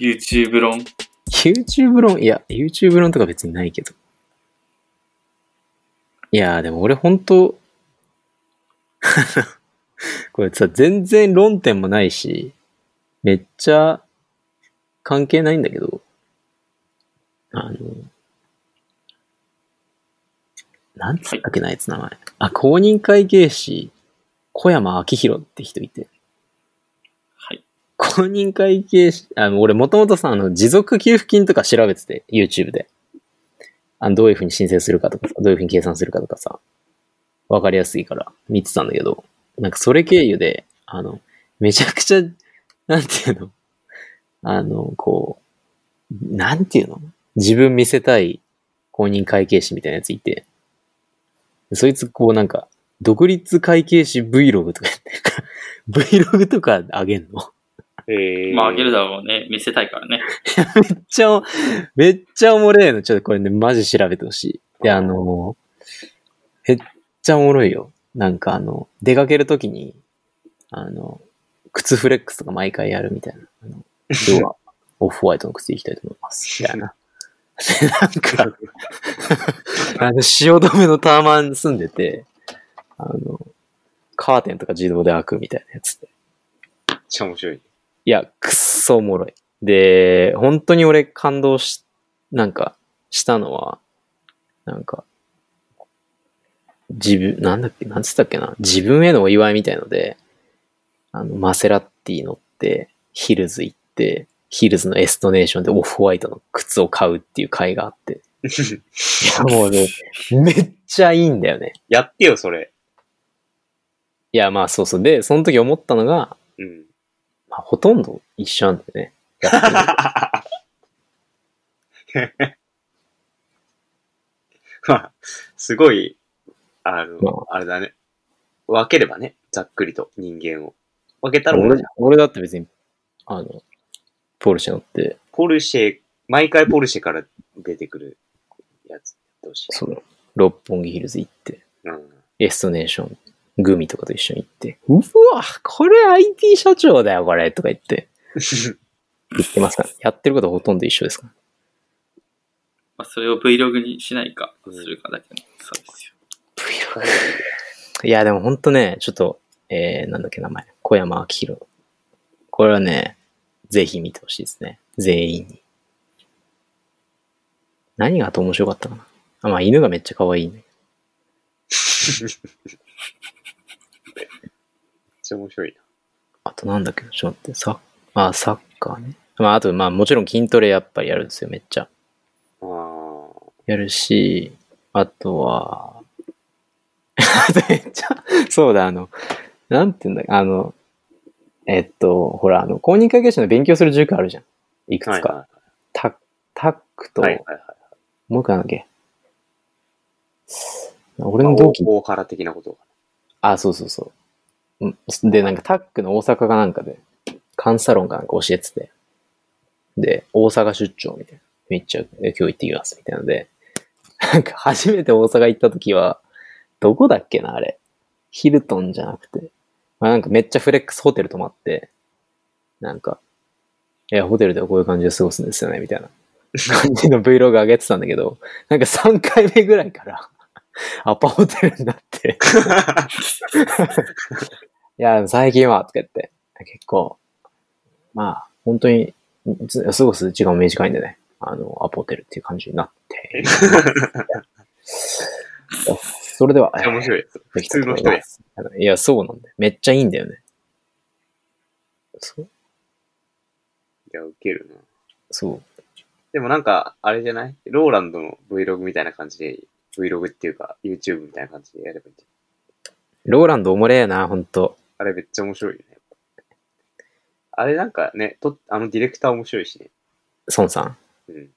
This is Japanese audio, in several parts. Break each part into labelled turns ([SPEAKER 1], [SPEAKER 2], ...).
[SPEAKER 1] YouTube 論
[SPEAKER 2] YouTube 論、いや、YouTube 論とか別にないけど。いやー、でも俺本当 これさ、全然論点もないし、めっちゃ関係ないんだけど、あの、なんつったっけな、あいつ名前。あ、公認会計士、小山明宏って人いて。
[SPEAKER 1] はい。
[SPEAKER 2] 公認会計士、あの、俺もともとさ、あの、持続給付金とか調べてて、YouTube で。あの、どういうふうに申請するかとかさ、どういうふうに計算するかとかさ、わかりやすいから見てたんだけど、なんかそれ経由で、あの、めちゃくちゃ、なんていうのあの、こう、なんていうの自分見せたい公認会計士みたいなやついて、そいつこうなんか、独立会計士 Vlog とかやってるから、Vlog とかあげんの
[SPEAKER 3] えー、
[SPEAKER 1] まあ、あげるだろうね。見せたいからね。
[SPEAKER 2] めっちゃお、めっちゃおもれえの。ちょっとこれね、マジ調べてほしい。で、あの、めっちゃおもろいよ。なんかあの、出かけるときに、あの、靴フレックスとか毎回やるみたいな。あの今日はオフホワイトの靴で行きたいと思います。みたいな。でなんか、 あの、汐留のターマン住んでて、あの、カーテンとか自動で開くみたいなやつ。
[SPEAKER 3] めっちゃ面白い。
[SPEAKER 2] いや、くっそおもろい。で、本当に俺感動し、なんか、したのは、なんか、自分、なんだっけ、なんつったっけな、自分へのお祝いみたいので、あの、マセラッティ乗って、ヒルズ行って、ヒルズのエストネーションでオフホワイトの靴を買うっていう会があって。いや、もうね、めっちゃいいんだよね。
[SPEAKER 3] やってよ、それ。
[SPEAKER 2] いや、まあそうそう。で、その時思ったのが、
[SPEAKER 3] うん。
[SPEAKER 2] まあ、ほとんど一緒なんだよね。
[SPEAKER 3] まあすごい、あの、
[SPEAKER 2] ま
[SPEAKER 3] あれだね。分ければね、ざっくりと人間を。分けたら同
[SPEAKER 2] 俺
[SPEAKER 3] じだ。
[SPEAKER 2] 俺だって別に、あの、ポルシェ乗って、
[SPEAKER 3] ポルシェ、毎回ポルシェから出てくるやつ、どうしよ
[SPEAKER 2] その、六本木ヒルズ行って、
[SPEAKER 3] う。うん。
[SPEAKER 2] エストネーション、グミとかと一緒に行って、うわ、これ IT 社長だよ、これとか言って、言ってますから、やってることほとんど一緒ですから。
[SPEAKER 1] まあ、それを Vlog にしないか、するかだけの差ですよ。
[SPEAKER 2] いや、でもほんとね、ちょっと、えー、なんだっけ名前、小山明宏。これはね、ぜひ見てほしいですね。全員に。何があと面白かったかな。あ、まあ犬がめっちゃ可愛いね。
[SPEAKER 3] めっちゃ面白いな。
[SPEAKER 2] あとなんだっけちょっと待って、サッ、あ、サッカーね。まあ、あと、まあ、もちろん筋トレやっぱりやるんですよ、めっちゃ。
[SPEAKER 3] あー
[SPEAKER 2] やるし、あとは、 あとめっちゃ、そうだ、あの、なんて言うんだあの、えっと、ほら、あの、公認会計士の勉強する塾あるじゃん。いく
[SPEAKER 3] は
[SPEAKER 2] つ
[SPEAKER 3] い
[SPEAKER 2] か。
[SPEAKER 3] は
[SPEAKER 2] タタック
[SPEAKER 3] い
[SPEAKER 2] と、
[SPEAKER 3] はいはいはい。
[SPEAKER 2] もう一回なんだっけ。俺
[SPEAKER 3] まあ
[SPEAKER 2] の
[SPEAKER 3] 大
[SPEAKER 2] 同期
[SPEAKER 3] 大原的なこと
[SPEAKER 2] あ、そうそうそううん。で、なんかタックの大阪かなんかで、カンサロンかなんか教えてて、で、大阪出張みたいな。めっちゃ、え今日行ってきますみたいなので、なんか初めて大阪行った時は、どこだっけな、あれ。ヒルトンじゃなくて。まあ、なんかめっちゃフレックスホテル泊まって、なんか、いや、ホテルではこういう感じで過ごすんですよね、みたいな感じの Vlog 上げてたんだけど、なんか3回目ぐらいから、 アパホテルになって、
[SPEAKER 3] か。
[SPEAKER 2] いや、最近は、とか言って、結構、まあ、本当に、つ過ごす時間も短いんでね、あの、アポホテルっていう感じになって。それでは、
[SPEAKER 3] めっちゃ面白い。
[SPEAKER 2] で
[SPEAKER 3] 普
[SPEAKER 2] きた
[SPEAKER 3] 通
[SPEAKER 2] と
[SPEAKER 3] の
[SPEAKER 2] 思い
[SPEAKER 3] 人
[SPEAKER 2] ま
[SPEAKER 3] や。
[SPEAKER 2] す。いや、そうなんだよ。めっちゃいいんだよね。そう。
[SPEAKER 3] いや、ウケるな。
[SPEAKER 2] そう。
[SPEAKER 3] でもなんか、あれじゃないローランドの Vlog みたいな感じで、Vlog っていうか、YouTube みたいな感じでやればいいんじゃん。
[SPEAKER 2] ローランドおもれえな、ほんと。
[SPEAKER 3] あれめっちゃ面白いよね。あれなんかね、とあのディレクター面白いしね。
[SPEAKER 2] 孫さん。
[SPEAKER 3] うん。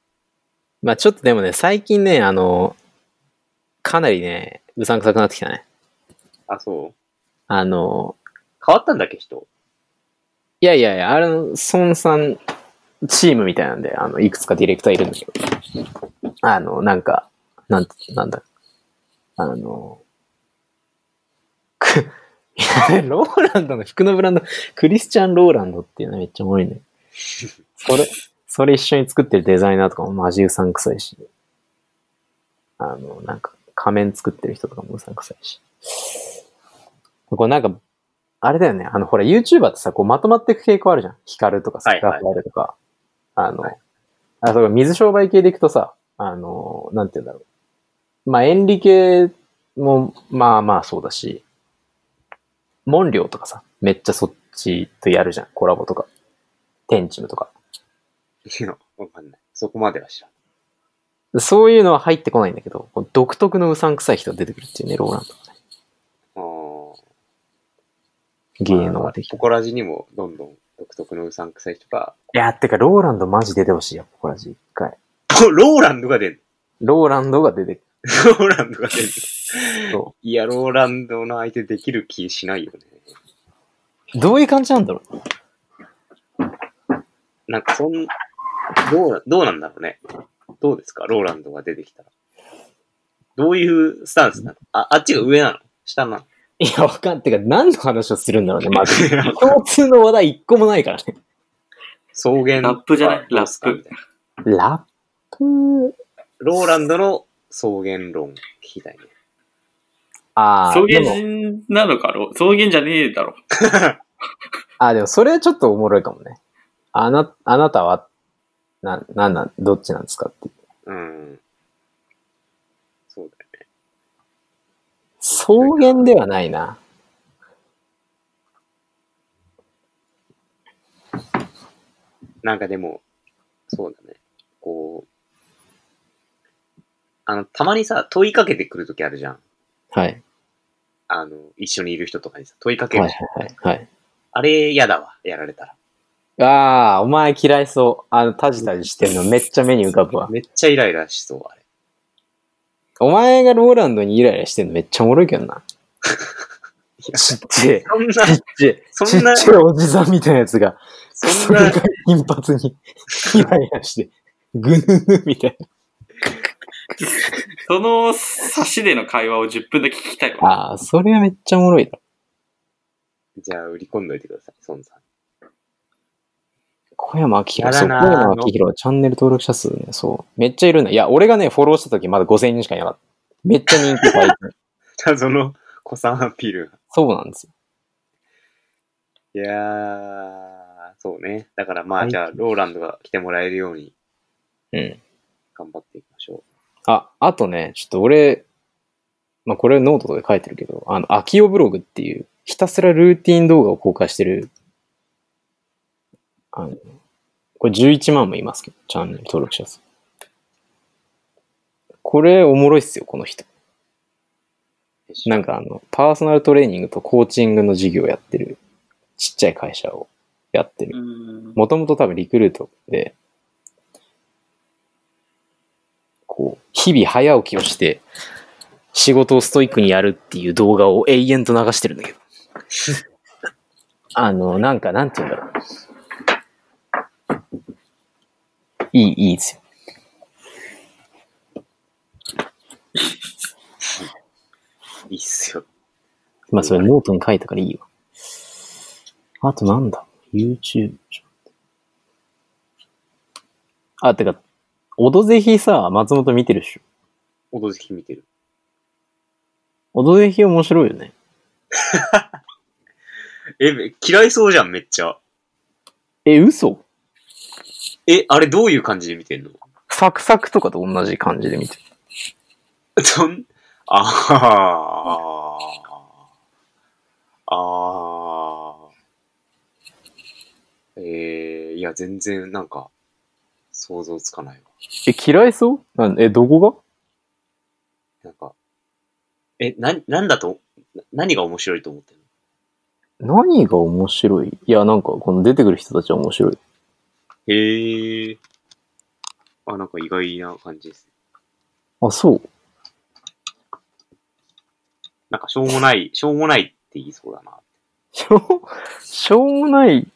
[SPEAKER 2] まあちょっとでもね、最近ね、あの、かなりね、うさんくさくなってきたね。
[SPEAKER 3] あ、そう
[SPEAKER 2] あの、
[SPEAKER 3] 変わったんだっけ、人。
[SPEAKER 2] いやいやいや、あれの、孫さんチームみたいなんで、あの、いくつかディレクターいるんだけど。あの、なんか、なん、なんだ、あの、く、い やローランドの服のブランド、クリスチャン・ローランドっていうのめっちゃおもろいね。それ、それ一緒に作ってるデザイナーとかもマジうさんくさいし、あの、なんか仮面作ってる人とかもうさんくさいし。これなんか、あれだよね、あの、ほら、YouTuber ってさ、こうまとまっていく傾向あるじゃん。ヒカルとかさ、
[SPEAKER 3] はいはい
[SPEAKER 2] ガフラルとか。あの、
[SPEAKER 3] は
[SPEAKER 2] あ、そうか、水商売系でいくとさ、あの、なんて言うんだろう。まあ、演理系も、まあまあそうだし、門領とかさ、めっちゃそっちとやるじゃん。コラボとか。テンチムとか。
[SPEAKER 3] いや、わかんない。そこまでは知らん。
[SPEAKER 2] そういうのは入ってこないんだけど、こう独特のうさんくさい人が出てくるっていうね、ローランドがね。
[SPEAKER 3] あー
[SPEAKER 2] 芸能的。
[SPEAKER 3] ポコラジにもどんどん独特のうさんくさい人が、
[SPEAKER 2] いや、てか、ローランドマジ出てほしいよ、ここらじ一回。
[SPEAKER 3] こローランドが出る
[SPEAKER 2] ローランドが出て
[SPEAKER 3] ローランドが出る
[SPEAKER 2] くると、
[SPEAKER 3] いや、ローランドの相手できる気しないよね。
[SPEAKER 2] どういう感じなんだろう
[SPEAKER 3] なんかそん、どう、どうなんだろうね。どうですかローランドが出てきたら。どういうスタンスなのあ、あっちが上なの下なの
[SPEAKER 2] いや、わかん、てか、何の話をするんだろうね、まず。共通の話題一個もないからね。
[SPEAKER 3] 草原
[SPEAKER 1] ラップじゃない
[SPEAKER 3] はどうすか
[SPEAKER 1] ラップ
[SPEAKER 3] みたいな
[SPEAKER 2] ラップ、
[SPEAKER 3] ローランドの草原論聞きたいね。
[SPEAKER 2] あ
[SPEAKER 1] 草
[SPEAKER 2] あ、で
[SPEAKER 1] 原
[SPEAKER 2] も、
[SPEAKER 1] 人なのかろ草原じゃねえだろ。
[SPEAKER 2] あーでも、それはちょっとおもろいかもね。あな、あなたは、な、なんなん、どっちなんですかって。
[SPEAKER 3] うん。そうだよね。
[SPEAKER 2] 草原ではないな。
[SPEAKER 3] なんかでも、そうだね。こう、あの、たまにさ、問いかけてくるときあるじゃん。
[SPEAKER 2] はい。
[SPEAKER 3] あの、一緒にいる人とかにさ、問いかけ
[SPEAKER 2] はい
[SPEAKER 3] る
[SPEAKER 2] は
[SPEAKER 3] じゃん。
[SPEAKER 2] いはい。はい
[SPEAKER 3] あれ、嫌だわ。やられたら。
[SPEAKER 2] ああ、お前嫌いそう。あの、タジタジしてるのめっちゃ目に浮かぶわ。
[SPEAKER 3] めっちゃイライラしそう、あれ。
[SPEAKER 2] お前がローランドにイライラしてるのめっちゃおもろ いけどな。ちっちゃい、
[SPEAKER 3] そんな、
[SPEAKER 2] ちっちゃい、
[SPEAKER 3] そ
[SPEAKER 2] ちっ
[SPEAKER 3] んな
[SPEAKER 2] ちゃいおじさんみたいなやつが、
[SPEAKER 3] そ
[SPEAKER 2] そ
[SPEAKER 3] ん
[SPEAKER 2] れ
[SPEAKER 3] な、
[SPEAKER 2] が金髪にイライラして、ぐぬぬみたい
[SPEAKER 1] その差しでの会話を10分で聞きたい
[SPEAKER 2] な。
[SPEAKER 1] わ。
[SPEAKER 2] ああ、それはめっちゃおもろいな。
[SPEAKER 3] じゃあ売り込んどいてください、孫さん。
[SPEAKER 2] 小山明
[SPEAKER 3] や
[SPEAKER 2] 宏、
[SPEAKER 3] だ
[SPEAKER 2] そう、小
[SPEAKER 3] な
[SPEAKER 2] 山明宏はチャンネル登録者数ね、そう。めっちゃいるんだ。いや、俺がね、フォローした時まだ5000人しかいなかった。めっちゃ人気最近。
[SPEAKER 3] 謎の子さんアピールが。
[SPEAKER 2] そうなんですよ。
[SPEAKER 3] いやー、そうね。だからまあ、じゃあ、ローランドが来てもらえるように
[SPEAKER 2] うん。
[SPEAKER 3] 頑張っていきましょ
[SPEAKER 2] あ、あとね、ちょっと俺、まあ、これノートとかで書いてるけど、あの、アキオブログっていう、ひたすらルーティン動画を公開してる、あの、これ11万もいますけど、チャンネル登録者数。これおもろいっすよ、この人。
[SPEAKER 3] う。
[SPEAKER 2] なんかあの、パーソナルトレーニングとコーチングの事業をやってる、ちっちゃい会社をやってる
[SPEAKER 1] う。ん。
[SPEAKER 2] もともと多分リクルートで、こう、日々早起きをして、仕事をストイックにやるっていう動画を永遠と流してるんだけど。 あの、なんか、なんて言うんだろう。いい、いいですよ。
[SPEAKER 3] いいっすよ。
[SPEAKER 2] まあ、それノートに書いたからいいよ。あとなんだ ?YouTube。あ、てか、オドぜひさ、松本見てるっしょ。
[SPEAKER 3] オドぜひ見てる。
[SPEAKER 2] オドぜひ面白いよね。
[SPEAKER 3] え、め嫌いそうじゃん、めっちゃ。
[SPEAKER 2] え、嘘
[SPEAKER 3] え、あれどういう感じで見てんの
[SPEAKER 2] サクサクとかと同じ感じで見てる。
[SPEAKER 3] そん、あはー。あー。えー、いや、全然、なんか、想像つかないわ。
[SPEAKER 2] え、嫌いそうなんえ、どこ
[SPEAKER 3] なんか、え、な、なんだと、な何が面白いと思ってるの
[SPEAKER 2] が何が面白いいや、なんか、この出てくる人たちは面白い。
[SPEAKER 3] へえ。あ、なんか意外な感じですね。
[SPEAKER 2] あ、そう。
[SPEAKER 3] なんかしょうもない、しょうもないって言いそうだな。
[SPEAKER 2] しょう、しょうもない、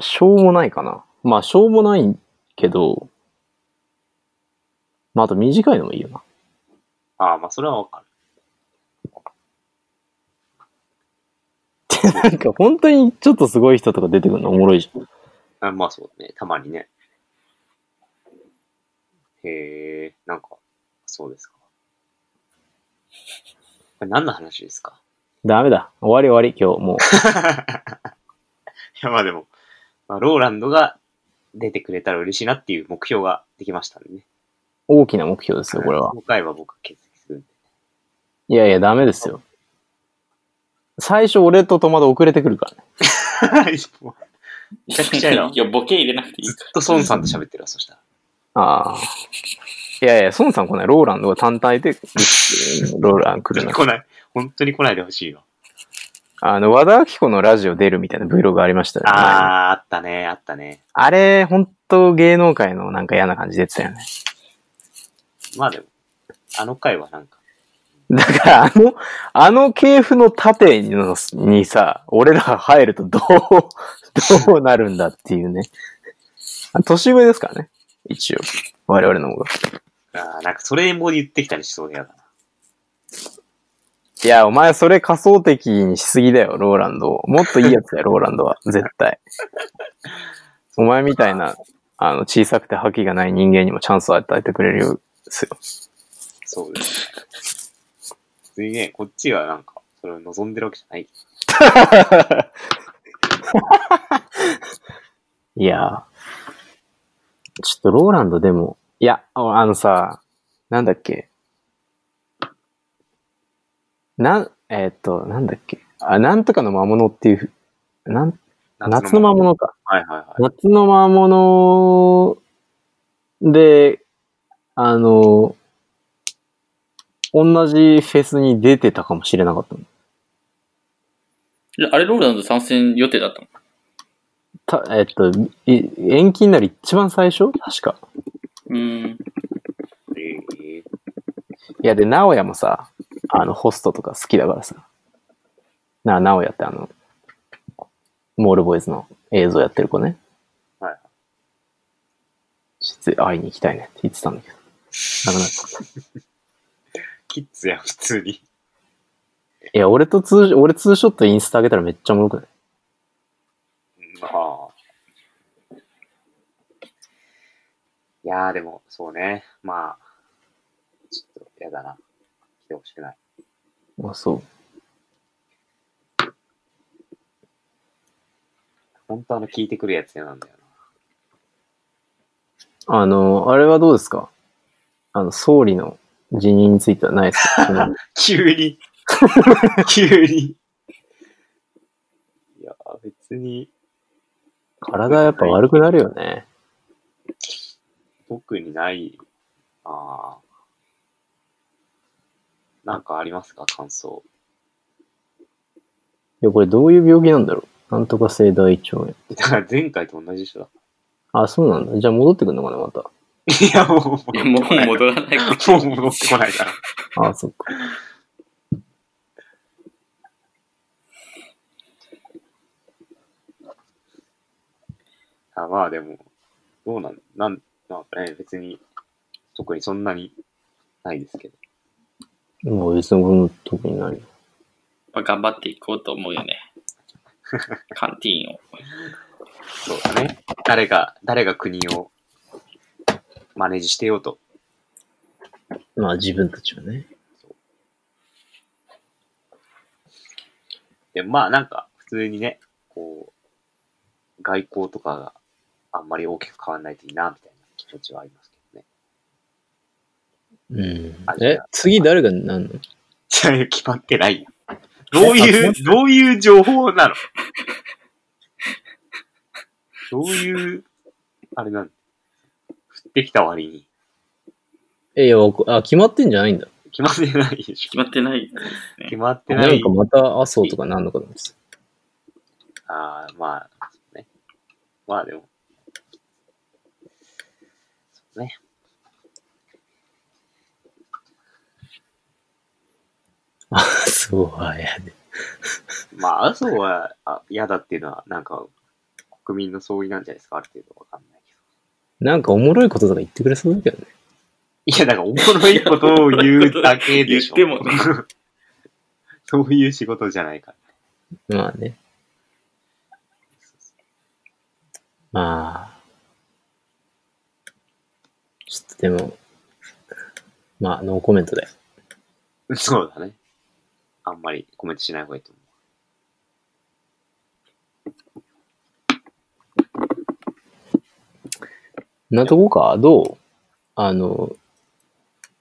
[SPEAKER 2] しょうもないかな。まあ、しょうもないけど、まあ、あと短いのもいいよな。
[SPEAKER 3] ああ、まあそれはわかる。
[SPEAKER 2] なんか、本当にちょっとすごい人とか出てくるのおもろいじゃん。
[SPEAKER 3] あまあそうだね。たまにね。へえ、なんか、そうですか。これ何の話ですか
[SPEAKER 2] ダメだ。終わり終わり、今日もう。
[SPEAKER 3] いや、まあでも、まあ、ローランドが出てくれたら嬉しいなっていう目標ができましたんでね。
[SPEAKER 2] 大きな目標ですよ、これは。
[SPEAKER 3] 今回は僕は欠席するんで。
[SPEAKER 2] いやいや、ダメですよ。最初、俺と戸惑遅れてくるからね。
[SPEAKER 3] もうめちゃくちゃやな
[SPEAKER 1] いや、ボケ入れなくていい
[SPEAKER 3] ず
[SPEAKER 1] か
[SPEAKER 3] っと孫さんと喋ってるわ、そしたら。
[SPEAKER 2] ああ。いやいや、孫さんこない、ローランドが単体で、ローラン来る
[SPEAKER 3] 本当に
[SPEAKER 2] な。
[SPEAKER 3] 来ない。本当に来ないでほしいよ。
[SPEAKER 2] あの、和田明子のラジオ出るみたいな Vlog ありましたね。あ
[SPEAKER 3] あー、あったね、あったね。
[SPEAKER 2] れ、本当芸能界のなんか嫌な感じ出てたよね。
[SPEAKER 3] まあでも、あの回はなんか、
[SPEAKER 2] だから、あの、あの系譜の縦のにさ、俺らが入るとどう、どうなるんだっていうね。あ年上ですからね。一応。我々の方が。
[SPEAKER 3] あーなんかそれも言ってきたりしそうでやだな。
[SPEAKER 2] いや、お前それ仮想的にしすぎだよ、ローランドを。もっといいやつだよ、 ローランドは。絶対。お前みたいな、あの、小さくて覇気がない人間にもチャンスを与えてくれるようですよ。
[SPEAKER 3] そうですね。普通にね、こっちはなんか、それを望んでるわけじゃない。
[SPEAKER 2] いやーちょっとローランドでも、いや、ああのさ、なんだっけ。なん、えーっと、なんだっけ。あ、なんとかの魔物っていうふ、なん、夏の魔物か。
[SPEAKER 3] はいはいはい。
[SPEAKER 2] 夏の魔物で、あの、同じフェスに出てたかもしれなかったの
[SPEAKER 1] ら。いやあれ、ローランド参戦予定だったの
[SPEAKER 2] たえっと、い延期になり一番最初確か。
[SPEAKER 1] うーん。
[SPEAKER 3] えー
[SPEAKER 2] いや、で、直哉もさ、あの、ホストとか好きだからさ。な、直哉ってあの、モールボーイズの映像やってる子ね。
[SPEAKER 3] はい。
[SPEAKER 2] 実会いに行きたいねって言ってたんだけど。なくなっちゃった
[SPEAKER 3] キッズやん、普通に。
[SPEAKER 2] いや、俺とツー、俺ツーショットインスタ上げたらめっちゃおもろくない
[SPEAKER 3] まあ。いやーでも、そうね。まあ、ちょっとやだな。来てほしくない。
[SPEAKER 2] あ、そう。
[SPEAKER 3] 本当あの、聞いてくるやつ嫌なんだよ
[SPEAKER 2] あの、あれはどうですかあの、総理の辞任についてはないです かその
[SPEAKER 3] な。急 に。急に。いやー別に、
[SPEAKER 2] 体やっぱ悪くなるよね。
[SPEAKER 3] 特にない。ああ。なんかありますか感想。
[SPEAKER 2] いや、これどういう病気なんだろうなんとか性大腸炎。
[SPEAKER 3] だから前回と同じ人だ。
[SPEAKER 2] あ、そうなんだ。じゃあ戻ってくんのかな、また。
[SPEAKER 3] いや、もう、
[SPEAKER 1] いや、もう
[SPEAKER 3] もう
[SPEAKER 1] 戻らない。
[SPEAKER 3] 戻ってこないから。
[SPEAKER 2] あ、そっか。
[SPEAKER 3] あまあでも、どうなん、なん、なんかね、別に、特にそんなにないですけど。
[SPEAKER 2] もう別に俺も特にないよ。
[SPEAKER 1] まあ頑張っていこうと思うよね。 カンティーンを。
[SPEAKER 3] そうだね。誰が、誰が国をマネージしてようと。
[SPEAKER 2] まあ自分たちはね。
[SPEAKER 3] で、まあなんか、普通にね、こう、外交とかがあんまり大きく変わらないといいな、みたいな気持ちはありますけどね。
[SPEAKER 2] うん
[SPEAKER 3] あじゃあ
[SPEAKER 2] え、次誰がなんの
[SPEAKER 3] いやいや、決まってないよ。どういう、どういう情報なのどういう、あれなの降ってきた割に、
[SPEAKER 2] え、いや、わかあ、決まってんじゃないんだ。
[SPEAKER 3] 決まってないでし
[SPEAKER 1] 決
[SPEAKER 3] ょ。
[SPEAKER 1] まってない。
[SPEAKER 3] 決まってな
[SPEAKER 2] なん
[SPEAKER 3] い
[SPEAKER 2] か。また麻生とかなんのかと思ってた
[SPEAKER 3] ああ、まあ、そうね。まあでも。そうね。
[SPEAKER 2] あ、 そう、あ、いや、ね、
[SPEAKER 3] まあ、麻生はあ嫌だっていうのは、なんか、国民の総意なんじゃないですか、ある程度わかんないけど。
[SPEAKER 2] なんかおもろいこととか言ってくれそうだけどね。
[SPEAKER 3] いや、だから、おもろいことを言うだけでしょ。
[SPEAKER 1] 言ってもね
[SPEAKER 3] そういう仕事じゃないから。
[SPEAKER 2] まあね。まあ、ちょっとでも、まあ、ノーコメントで。
[SPEAKER 3] そうだね。あんまりコメントしない方がいいと思
[SPEAKER 2] なとこかどうあの、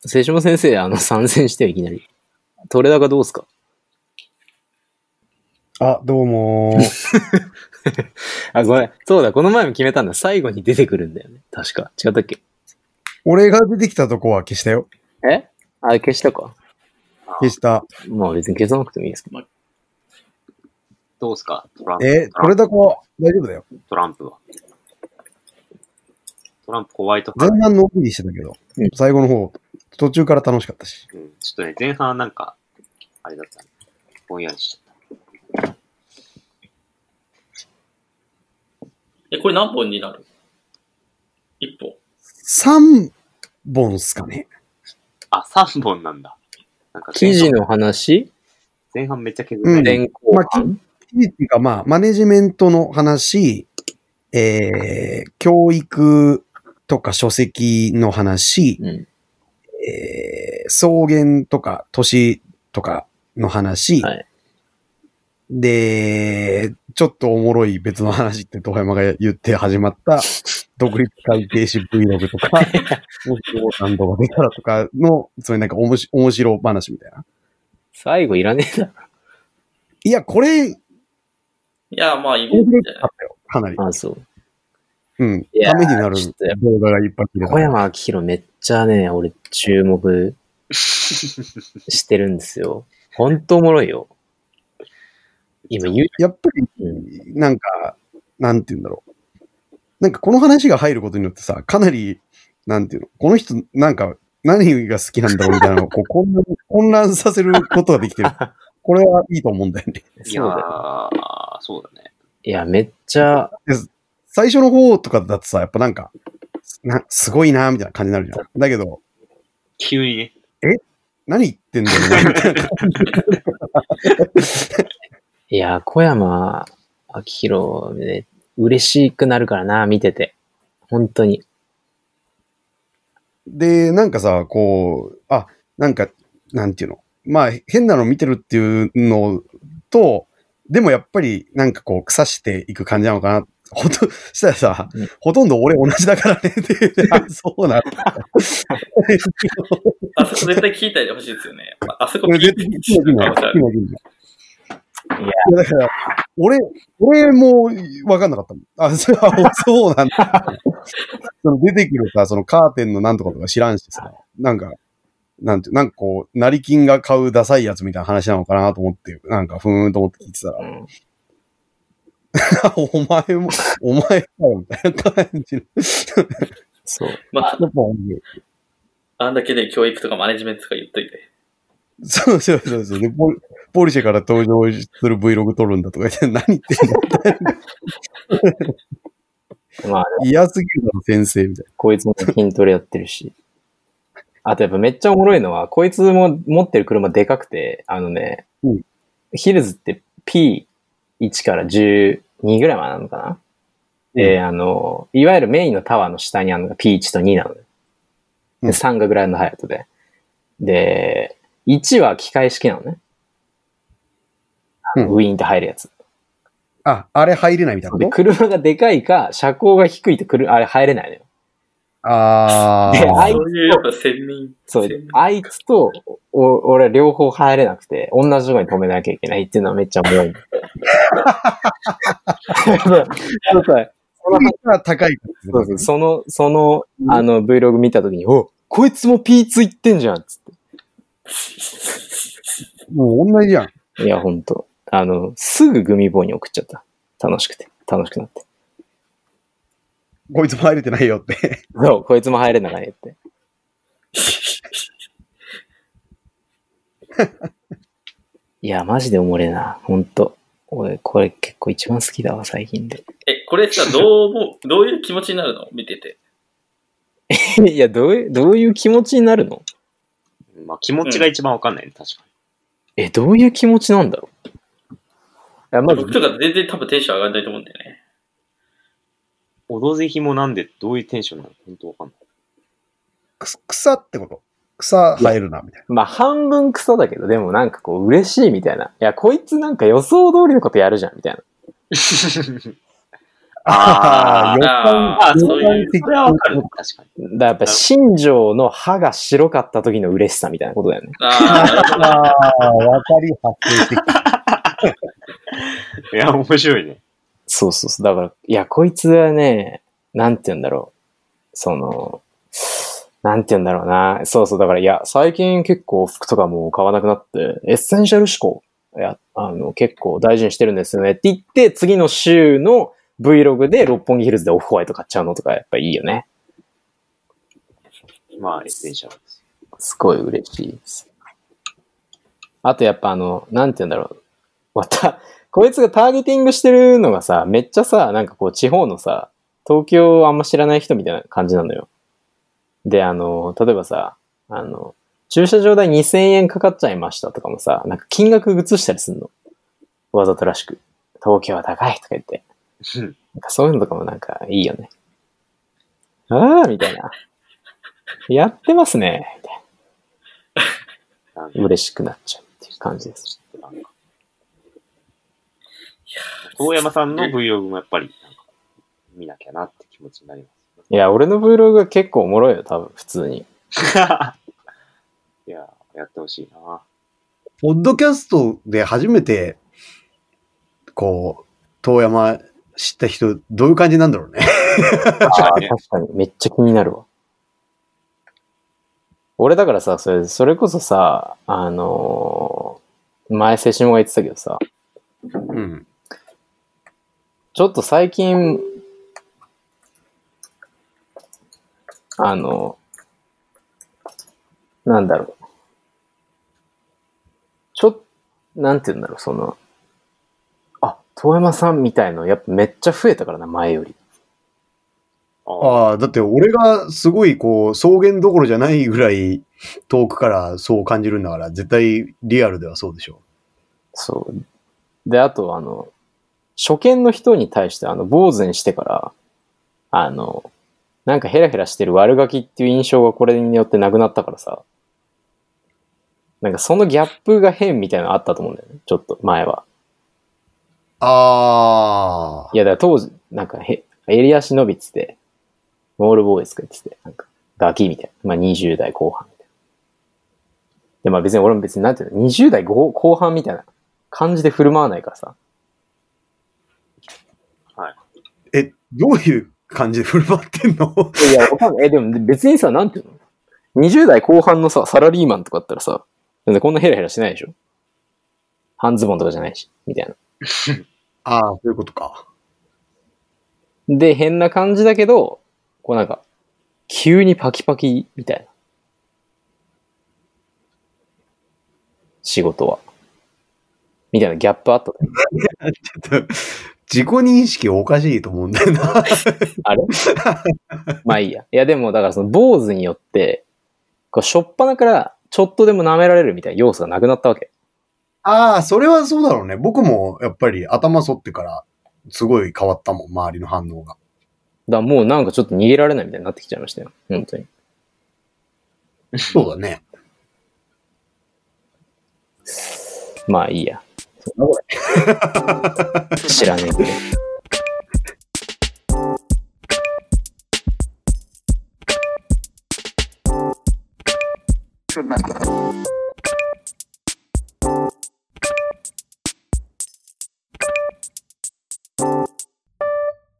[SPEAKER 2] 瀬島先生、あの、参戦してよいきなり。トレーダーがどうすか
[SPEAKER 4] あ、どうもー。
[SPEAKER 2] あ、ごめん。そうだ、この前も決めたんだ。最後に出てくるんだよね。確か。違ったっけ
[SPEAKER 4] 俺が出てきたとこは消したよ。
[SPEAKER 2] えあ、消したか。
[SPEAKER 4] 消した。
[SPEAKER 2] まあ別に消さなくてもいいですけど。
[SPEAKER 3] う。どうすかトランプ。
[SPEAKER 4] え
[SPEAKER 3] ト
[SPEAKER 4] こ
[SPEAKER 3] ラ
[SPEAKER 4] れ
[SPEAKER 3] ンプ
[SPEAKER 4] だけは大丈夫だよ。
[SPEAKER 3] トランプは。トランプホワイトハ
[SPEAKER 4] 前
[SPEAKER 3] ウス
[SPEAKER 4] 半のんびりしてたけど
[SPEAKER 2] うん、
[SPEAKER 4] 最後の方、途中から楽しかったし。
[SPEAKER 3] うんちょっとね、前半はなんか、あれだったね。ぼんやりしちゃった。
[SPEAKER 1] え、これ何本になる一本。
[SPEAKER 4] 3本っすかね。
[SPEAKER 3] あ、3本なんだ。なんか前
[SPEAKER 2] 記
[SPEAKER 3] 半
[SPEAKER 2] 事の話、
[SPEAKER 3] 前半めっちゃ削れない。
[SPEAKER 2] 前後半、
[SPEAKER 4] 記事っていうか、まあ、マネジメントの話、えー、教育とか書籍の話、
[SPEAKER 2] うん。
[SPEAKER 4] えー、草原とか都市とかの話、
[SPEAKER 2] はい
[SPEAKER 4] で、ちょっとおもろい別の話って遠山が言って始 まった、独立会停止 Vlog とか、もしくは何度が出たらとかの、そういうなんかおもし面白話みたいな。
[SPEAKER 2] 最後いらねえだ
[SPEAKER 4] いや、これ、面
[SPEAKER 1] いや、まあ、いいん
[SPEAKER 4] 白
[SPEAKER 1] じゃな
[SPEAKER 4] か
[SPEAKER 1] い
[SPEAKER 4] ったよ、かなり。
[SPEAKER 2] ろ。あ、そう。
[SPEAKER 4] うん。
[SPEAKER 2] いやー
[SPEAKER 4] ためになる
[SPEAKER 2] ちょっとやっ
[SPEAKER 4] 動画がいっぱい切れた
[SPEAKER 2] 小山明宏めっちゃね、俺注目してるんですよ。ほんとおもろいよ。今言う、
[SPEAKER 4] やっぱり、
[SPEAKER 2] うん、
[SPEAKER 4] なんか、なんて言うんだろう。なんかこの話が入ることによってさ、かなり、なんていうの、この人、なんか、何が好きなんだろうみたいなのをこう混乱混乱させることができてる。これはいいと思うんだよね。
[SPEAKER 3] い
[SPEAKER 2] そ
[SPEAKER 3] や
[SPEAKER 2] うだよ。
[SPEAKER 3] ー、そうだね。
[SPEAKER 2] いや、めっちゃ、
[SPEAKER 4] 最初の方とかだとさ、やっぱなんか、なすごいな、みたいな感じになるじゃん。だけど、
[SPEAKER 3] 急にね。
[SPEAKER 4] 何言ってんだよ、ね、みたいない
[SPEAKER 2] や、小山明宏ね、嬉しくなるからな、見てて。本当に。
[SPEAKER 4] で、なんかさ、こう、あ、なんか、なんていうの。まあ、変なの見てるっていうのと、でもやっぱり、なんかこう、腐していく感じなのかな。ほと、したらさ、
[SPEAKER 2] うん
[SPEAKER 4] ほとんど俺同じだからね っていう、あそうなの。
[SPEAKER 1] あそこ絶対聞いてあげてほしいですよね。まああそこ聞いて
[SPEAKER 4] 絶
[SPEAKER 1] あげ
[SPEAKER 4] 対
[SPEAKER 1] て
[SPEAKER 4] 好
[SPEAKER 1] ほし
[SPEAKER 4] き
[SPEAKER 1] い
[SPEAKER 4] な人なの好きな人なのいや、だから、俺、俺も分かんなかったもん。あ、 それは、そうなんだ。その出てくるさ、そのカーテンのなんとかとか知らんしさ、なんか、なんていう、なんかこう、成金が買うダサいやつみたいな話なのかなと思って、なんか、ふーんと思って聞いてたら、
[SPEAKER 2] うん
[SPEAKER 4] お前も、お前かよ、みたいな感じの。
[SPEAKER 2] そう。
[SPEAKER 1] まあ、
[SPEAKER 4] やっぱ面白い
[SPEAKER 1] あんだけね、教育とかマネジメントとか言っといて。
[SPEAKER 4] そうそうそうそう。で、ポルポルシェから登場する Vlog 撮るんだとか言って、何言ってんの
[SPEAKER 2] まあ、
[SPEAKER 4] 嫌すぎるの先生みたい
[SPEAKER 2] こいつも筋トレやってるし。あとやっぱめっちゃおもろいのは、こいつも持ってる車でかくて、あのね、
[SPEAKER 4] うん
[SPEAKER 2] ヒルズって P1 から12ぐらいまでなのかな、
[SPEAKER 4] うん
[SPEAKER 2] で、あの、いわゆるメインのタワーの下にあるのが P1 と2なのよ。
[SPEAKER 4] うん
[SPEAKER 2] で、3がグランドハイアットで。で、1は機械式なのね。あの
[SPEAKER 4] うん
[SPEAKER 2] ウィーンって入るやつ。
[SPEAKER 4] な。あ、あれ入れないみたいな
[SPEAKER 2] で、
[SPEAKER 4] こ
[SPEAKER 2] 車がでかいか、車高が低いとくる、あれ入れないのよ。
[SPEAKER 4] とあ
[SPEAKER 2] で
[SPEAKER 4] ー
[SPEAKER 2] あい
[SPEAKER 1] そういう、やっぱ、専任。
[SPEAKER 2] そう
[SPEAKER 1] 専、任
[SPEAKER 2] あいつと、お俺は両方入れなくて、同じとこに止めなきゃいけないっていうのはめっちゃおもろい。そうそう
[SPEAKER 4] この人は高いから
[SPEAKER 2] そうそうその、その、あの、Vlog 見たときに、おこいつも P2 行ってんじゃんっつっ
[SPEAKER 4] もう同じじゃん。
[SPEAKER 2] て。いや、ほんと。あの、すぐグミ棒に送っちゃった。楽しくて。楽しくなって。
[SPEAKER 4] こいつも入れてないよって。
[SPEAKER 2] そう、こいつも入れなかね って。いや、マジでおもれえな。ほんと。俺、これ結構一番好きだわ、最近で。
[SPEAKER 1] え、これさ、どう思う、どういう気持ちになるの見てて。
[SPEAKER 2] いや、どういう、どういう気持ちになるの
[SPEAKER 3] まあ気持ちが一番わかんないね、確か
[SPEAKER 2] え、どういう気持ちなんだろういや、まず
[SPEAKER 1] 僕、とか全然多分テンション上がんないと思うんだよね。
[SPEAKER 3] オドぜひもなんでどういうテンションなの本当わかんない。
[SPEAKER 4] くす草ってこと草生えるな、みたい
[SPEAKER 2] まあ半分クソだけど、でもなんかこう嬉しいみたいな。いや、こいつなんか予想通りのことやるじゃん、みたいな。
[SPEAKER 4] な。
[SPEAKER 3] あー
[SPEAKER 4] ー予
[SPEAKER 1] あ
[SPEAKER 4] 感
[SPEAKER 1] ー
[SPEAKER 3] ああ、そう
[SPEAKER 4] 予
[SPEAKER 3] いう
[SPEAKER 4] 感。的
[SPEAKER 3] それはわかる。確かに。
[SPEAKER 2] だからやっぱ新庄の歯が白かった時の嬉しさみたいなことだよね。
[SPEAKER 1] あー
[SPEAKER 4] ああ、わかり発生してきた。
[SPEAKER 3] いや、面白いね。
[SPEAKER 2] そうそうそう。だから、いや、こいつはね、なんて言うんだろう。その、なんて言うんだろうな。そうそう。だから、いや、最近結構服とかもう買わなくなって、エッセンシャル思考。いや、あの、結構大事にしてるんですよねって言って、次の週の Vlog で六本木ヒルズでオフホワイト買っちゃうのとか、やっぱいいよね。
[SPEAKER 3] まあ、エッセンシャルです。
[SPEAKER 2] すごい嬉しいです。あとやっぱあの、なんて言うんだろう。また、 こいつがターゲティングしてるのがさ、めっちゃさ、なんかこう地方のさ、東京をあんま知らない人みたいな感じなのよ。で、あの、例えばさ、あの、駐車場代2000円かかっちゃいましたとかもさ、なんか金額移したりすんの。わざとらしく。東京は高いとか言って。
[SPEAKER 3] うん
[SPEAKER 2] なんかそういうのとかもなんかいいよね。ああ、みたいな。やってますね、みたいな。
[SPEAKER 3] なんか
[SPEAKER 2] 嬉しくなっちゃうっていう感じです。
[SPEAKER 3] なんか遠山さんの Vlog もやっぱり、なんか、見なきゃなって気持ちになりま
[SPEAKER 2] いや、俺の Vlog は結構おもろいよ、多分、普通に。
[SPEAKER 3] す。いや、やってほしいな。
[SPEAKER 4] ポッドキャストで初めて、こう、遠山知った人、どういう感じなんだろうね。
[SPEAKER 2] あ
[SPEAKER 3] か
[SPEAKER 2] あ
[SPEAKER 3] にね
[SPEAKER 2] 確かに、めっちゃ気になるわ。俺だからさ、それ、それこそさ、あのー前、セシモが言ってたけどさ、
[SPEAKER 4] うん。
[SPEAKER 2] ちょっと最近、あの、なんだろう。ちょ、なんて言うんだろう、その、あ、遠山さんみたいの、やっぱめっちゃ増えたからな、前より。
[SPEAKER 3] ああ、
[SPEAKER 4] ああ、だって俺がすごいこう、草原どころじゃないぐらい遠くからそう感じるんだから、絶対リアルではそうでしょ
[SPEAKER 2] そう。で、あと、あの、初見の人に対して、あの、坊主にしてから、あの、なんかヘラヘラしてる悪ガキっていう印象がこれによってなくなったからさ、なんかそのギャップが変みたいなのあったと思うんだよね、ちょっと前は。
[SPEAKER 4] あ
[SPEAKER 2] いや、だから当時、なんかへ、襟足伸びてて、モールボーイズか言ってて、なんか、ガキみたいな。まあ20代後半みたいな。で、まあ別に俺も別になんていうの、20代後後半みたいな感じで振る舞わないからさ。
[SPEAKER 4] え、どういう感じで振る舞ってんの
[SPEAKER 2] いや、わかんない。え、でも別にさ、なんていうの ?20 代後半のさ、サラリーマンとかだったらさ、全然こんなヘラヘラしないでしょ半ズボンとかじゃないし、みたい
[SPEAKER 4] ああ、そういうことか。
[SPEAKER 2] な。で、変な感じだけど、こうなんか、急にパキパキみたいな。仕事は。みたいなギャップあった。
[SPEAKER 4] ちょっと、 自己認識おかしいと思うんだよな。
[SPEAKER 2] あれまあいいや。いやでも、だからその坊主によって、こう、しょっぱなから、ちょっとでも舐められるみたいな要素がなくなったわけ。
[SPEAKER 4] ああ、それはそうだろうね。僕もやっぱり頭剃ってから、すごい変わったもん、周りの反応
[SPEAKER 2] だ
[SPEAKER 4] が。
[SPEAKER 2] からもうなんかちょっと逃げられないみたいになってきちゃいましたよ。本当に。
[SPEAKER 4] そうだね。
[SPEAKER 2] まあいいや。知らねえけど。